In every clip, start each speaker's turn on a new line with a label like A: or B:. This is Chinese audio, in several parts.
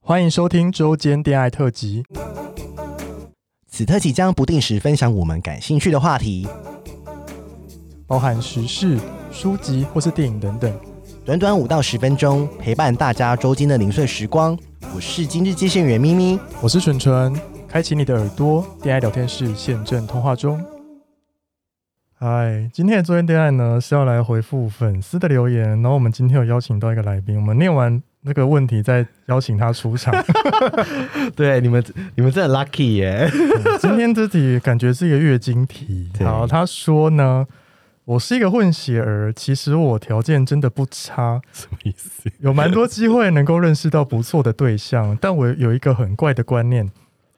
A: 欢迎收听周间恋爱特辑。
B: 此特辑将不定时分享我们感兴趣的话题，
A: 包含时事、书籍或是电影等等。
B: 短短五到十分钟，陪伴大家周间的零碎时光。我是今日接线员咪咪，
A: 我是纯纯，开启你的耳朵，恋爱聊天室现正通话中。嗨，今天的周间恋爱呢是要来回复粉丝的留言，然后我们今天有邀请到一个来宾，我们念完那个问题再邀请他出场。
B: 对你们，你们真的 lucky 耶！
A: 今天这题感觉是一个月经题。
B: 对
A: 好，他说呢，我是一个混血儿，其实我条件真的不差，
B: 什么意思？
A: 有蛮多机会能够认识到不错的对象，但我有一个很怪的观念，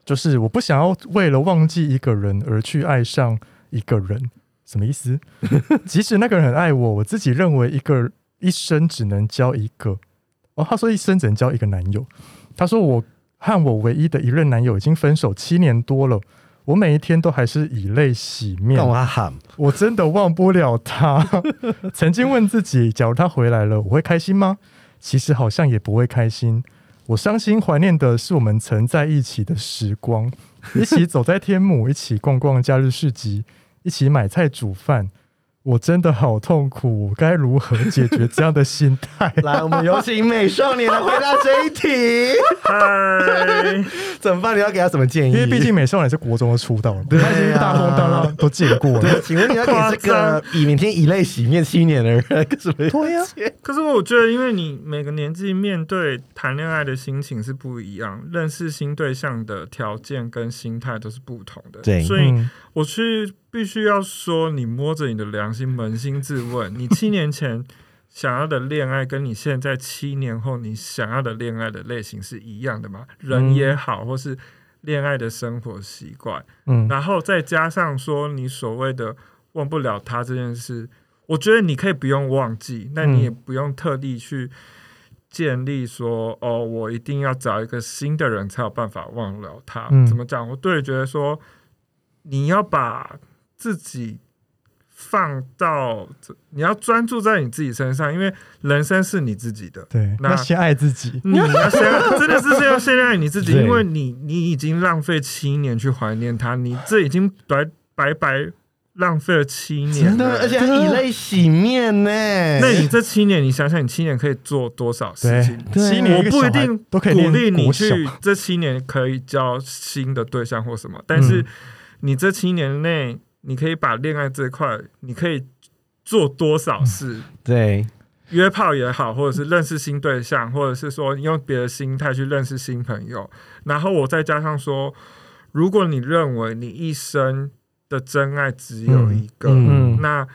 A: 就是我不想要为了忘记一个人而去爱上一个人。什么意 思？即使那个人很爱我，我自己认为一个一生只能交一个。哦，他说一生只能交一个男友。他说我和我唯一的一任男友已经分手七年多了，我每一天都还是以泪洗面。
B: 干嘛喊？
A: 我真的忘不了 他。曾经问自己，假如他回来了，我会开心吗？其实好像也不会开心。我伤心怀念的是我们曾在一起的时光，一起走在天 母，一起逛逛假日市集，一起买菜煮饭。我真的好痛苦，我该如何解决这样的心 态？
B: 来，我们有请美少年来回答这一题。 怎么办？你要给他什么建议？
A: 因为毕竟美少年是国中就出道了嘛，
C: 啊
A: 他已经大风大浪都见过了。
B: 对，请问你要给这个以每天以泪洗面七年的人什么？
A: 对呀、
B: 啊
C: 可是我觉得，因为你每个年纪面对谈恋爱的心情是不一样，认识新对象的条件跟心态都是不同的。
B: 对
C: 所以
A: 嗯，
C: 我去必须要说，你摸着你的良心，扪心自问，你七年前想要的恋爱，跟你现在七年后你想要的恋爱的类型是一样的吗？
A: 嗯
C: 人也好，或是恋爱的生活习惯。
A: 嗯，
C: 然后再加上说你所谓的忘不了他这件事，我觉得你可以不用忘记，那你也不用特地去建立说、哦，我一定要找一个新的人才有办法忘了他。
A: 嗯
C: 怎么讲？我对觉得说你要把自己。放到你要专注在你自己身上，因为人生是你自己的。
A: 对，
C: 那
A: 那先爱自己。
C: 你要先真的是先要先爱你自己，
B: 对
C: 因为你你已经浪费七年去怀念他，你这已经白白白浪费了七年
B: 真的，而且还以泪洗面呢。
C: 那你这七年，你想想，你七年可以做多少事情？
B: 对
A: 七年
C: 我
A: 一个小
C: 不
A: 孩
C: 一定
A: 都可以
C: 鼓励
A: 练
C: 你
A: 国小
C: 去这七年可以交新的对象或什么，但是
A: 嗯
C: 你这七年内，你可以把恋爱这块，你可以做多少事？
B: 对，
C: 约炮也好，或者是认识新对象，或者是说你用别的心态去认识新朋友。然后我再加上说，如果你认为你一生的真爱只有一个，
A: 嗯
C: 那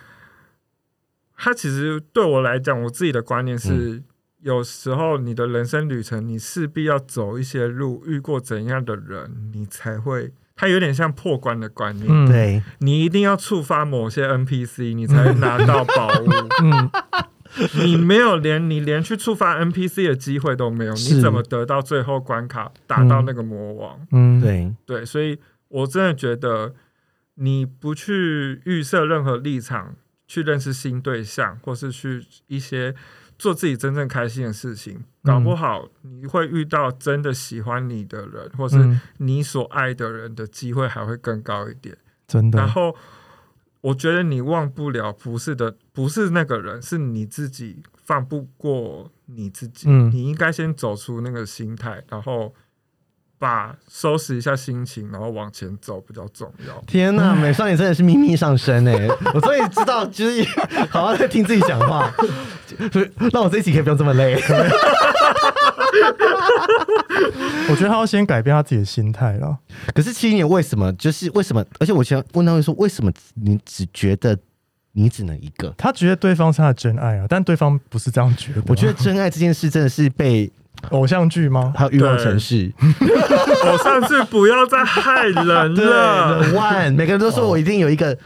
C: 他其实对我来讲，我自己的观念是。
A: 嗯
C: 有时候你的人生旅程，你势必要走一些路，遇过怎样的人，你才会。它有点像破关的观念，
A: 嗯，
B: 对，
C: 你一定要触发某些 NPC，你才会拿到宝 物。
A: 嗯，
C: 你没有连你连去触发 NPC 的机会都没有，
B: 是
C: 你怎么得到最后关卡打到那个魔王？
A: 嗯，
B: 对，
C: 对，所以我真的觉得你不去预设任何立场，去认识新对象，或是去一些做自己真正开心的事情，搞不好你会遇到真的喜欢你的人，或是
A: 嗯
C: 你所爱的人的机会还会更高一点。
A: 真
C: 然
A: 的，
C: 后我觉得你忘不了，不是的，不是那个人，是你自己放不过你自己。
A: 嗯
C: 你应该先走出那个心态，然后把收拾一下心情，然后往前走比较重要。
B: 天呐，美少女真的是秘密上身哎！我终于知道，就是 好好在听自己讲话。不是，那我这一集可以不用这么累。
A: 我觉得他要先改变他自己的心态了。
B: 可是七年为什么？就是为什么？而且我想问他们说，为什么你只觉得你只能一个？
A: 他觉得对方是他的真爱啊，但对方不是这样觉得啊。
B: 我觉得真爱这件事真的是被
A: 偶像剧吗？
B: 还有欲望城市，
C: 我上次不要再害人
B: 对
C: 了。
B: ，The One，每个人都说我一定有一个。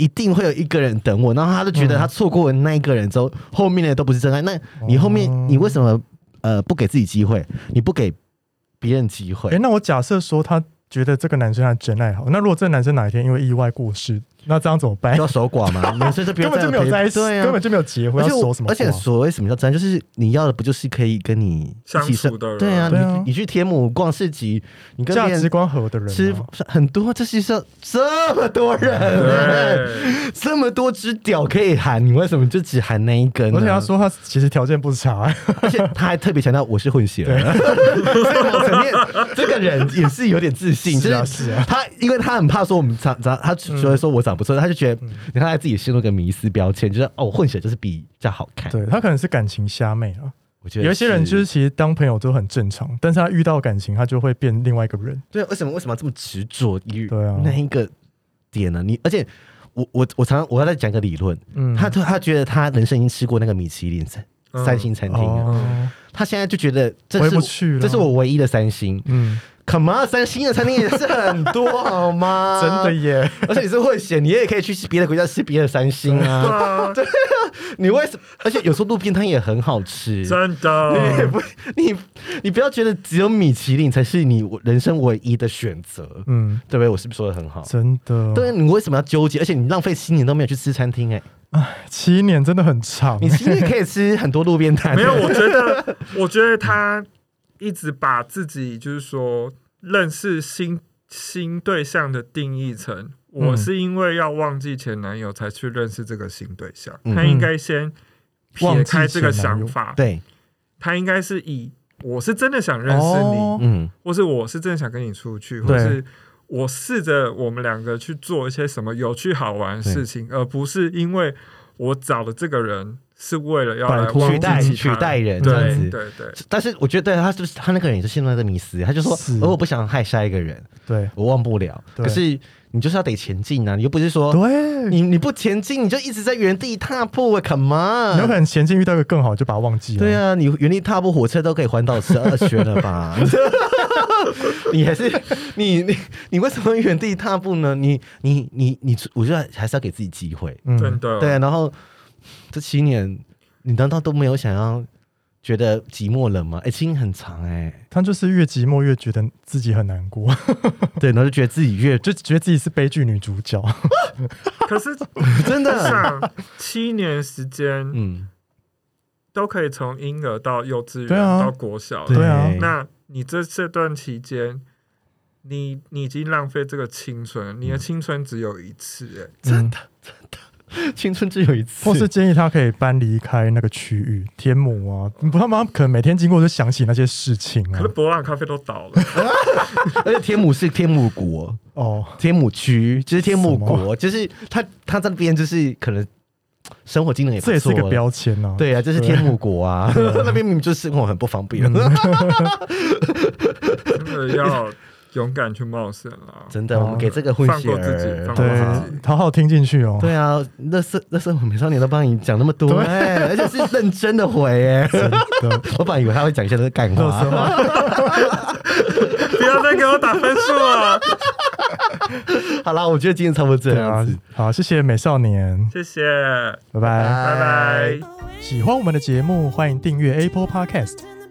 B: 一定会有一个人等我，然后他就觉得他错过了那一个人之后，后面的都不是真爱。那你后面
A: 哦
B: 你为什么呃不给自己机会？你不给别人机会
A: 诶，？那我假设说他觉得这个男生他的真爱好，那如果这个男生哪一天因为意外过世，那这样怎么办
B: 就？要守寡 嘛，你所以这 不
A: 根
B: 要
A: 本就
B: 再
A: 没有
B: 陪
A: 在一起，
B: 对啊，
A: 根本就没有结婚，要
B: 而且我
A: 守什么
B: 而且
A: 寡
B: 所谓什么叫真爱，就是你要的不就是可以跟你一起
C: 相处的人
B: 对啊，
A: 对啊
B: 你你去天母逛市集，你跟
A: 价
B: 别人
A: 值观合的人
B: 吃
A: 啊，
B: 很多，这世界上这么多人，
C: 对，
B: 这么多只屌可以含，你为什么就只含那一根呢？
A: 而且他说他其实条件不差，啊
B: 而且他还特别强调我是混血儿，所以某层面这个人也是有点 自信，
A: 是啊
B: 就是
A: 啊
B: 他因为他很怕说我们长长，他觉得说我长不错，他就觉得
A: 嗯
B: 你看他自己陷入个迷思标签，就是哦混血就是比较好看。
A: 对 他可能是感情虾妹啊。
B: 我觉得
A: 有一些人就是
B: 是
A: 其实当朋友都很正常，但是他遇到感情他就会变另外一个人。
B: 对，为什么为什么这么执着于
A: 对啊
B: 那一个点呢？你而且我我我常常我要再讲一个理论，
A: 嗯，
B: 他他觉得他人生已经吃过那个米其林三
C: 嗯
B: 三星餐厅了，
A: 哦，
B: 他现在就觉得这
A: 回
B: 是
A: 不去了
B: 这是我唯一的三星。
A: 嗯，
B: 干嘛三星的餐厅也是很多好吗？
A: 真的，耶，
B: 而且你是混血，你也可以去别的国家吃别的三星
C: 对
B: 啊。
C: 啊，
B: 你为什么？而且有时候路边摊也很好吃。
C: 真
B: 你也
C: 的，
B: 不，你你不要觉得只有米其林才是你人生唯一的选择，
A: 嗯，
B: 对不对？我是不是说的很好？
A: 真的，
B: 对，，啊你为什么要纠结？而且你浪费七年都没有去吃餐厅、哎，
A: 七年真的很长
B: 你，七年可以吃很多路边摊。
C: 没有，我觉得，我觉得他一直把自己就是说认识新新对象的定义成，我是因为要忘记前男友才去认识这个新对象，
B: 嗯
C: 他应该先撇开这个想法，
B: 对，
C: 他应该是以我是真的想认识你，
A: 哦
B: 嗯，
C: 或是我是真的想跟你出去，
A: 对
C: 或是我试着我们两个去做一些什么有趣好玩的事情，而不是因为我找的这个人是为了要来
A: 摆脱
C: 忘
B: 取
C: 记
B: 代
C: 其他
B: 取代人这样
C: 对
B: 子。
C: 对对，
B: 但是我觉得他就是他那个人也是陷入了一个迷思，他就说
A: 是，
B: 而我不想害下一个人，
A: 对
B: 我忘不了。
A: 对
B: 可是你就是要得前进啊，你又不是说
A: 对，
B: 你你不前进，你就一直在原地踏步啊，Come
A: 有可
B: on！
A: 能前进遇到一个更好就把它忘记了，
B: 对，啊，你原地踏步，火车都可以环岛十二圈了吧？ 你还是你你你为什么原地踏步呢？你你你你，我觉得还是要给自己机会。
C: 真
A: 嗯，
C: 的，
B: 对啊，然后这七年，你难道都没有想要觉得寂寞冷吗？哎、七年很长哎、
A: 他就是越寂寞越觉得自己很难过，
B: 对，然后就觉得自己越
A: 就觉得自己是悲剧女主 角，
C: 可是
B: 真
A: 啊
B: 的，
C: 像七年时间
B: 嗯，
C: 都可以从婴儿到幼稚园
A: 对啊
C: 到国小了，
A: 对啊
C: 那你这这段期间。你你已经浪费这个青春，你的青春只有一次、哎、
A: 真的。
B: 青春只有一次，
A: 嗯或是建议他可以搬离开那个区域，天母啊，不他妈可能每天经过就想起那些事情啊
C: 可是。博朗咖啡都倒了，
B: 而且天母是天母国，
A: 哦，
B: 天母区就是天母
A: 什
B: 国，就是他他在那边就是可能生活技能也不
A: 这也是一个
B: 错。
A: 标签啊。
B: 对啊，这是天母国啊，那边明明就是生活很不方便，
A: 嗯
C: 真的要勇敢去冒险了。
B: 真的，我们给这个混血
C: 放过自己
B: 儿，
C: 放过
A: 对
C: 好
B: 对
C: 自己，
A: 好好听进去哦。
B: 啊 对啊，那是那是我美少年都帮你讲那么多，
A: 对
B: 哎，而且是认真的回 哎，
A: 的，
B: 我本来以为他会讲一些都是干
A: 乐色
B: 话，
A: 话
C: 不要再给我打分数了，
B: 好啦，我觉得今天差不多这
A: 对
B: 样
A: 啊
B: 子，。
A: 好，谢谢美少年，
C: 谢谢，
A: 拜拜。
C: 拜拜。
A: 喜欢我们的节目，欢迎订阅 Apple Podcast，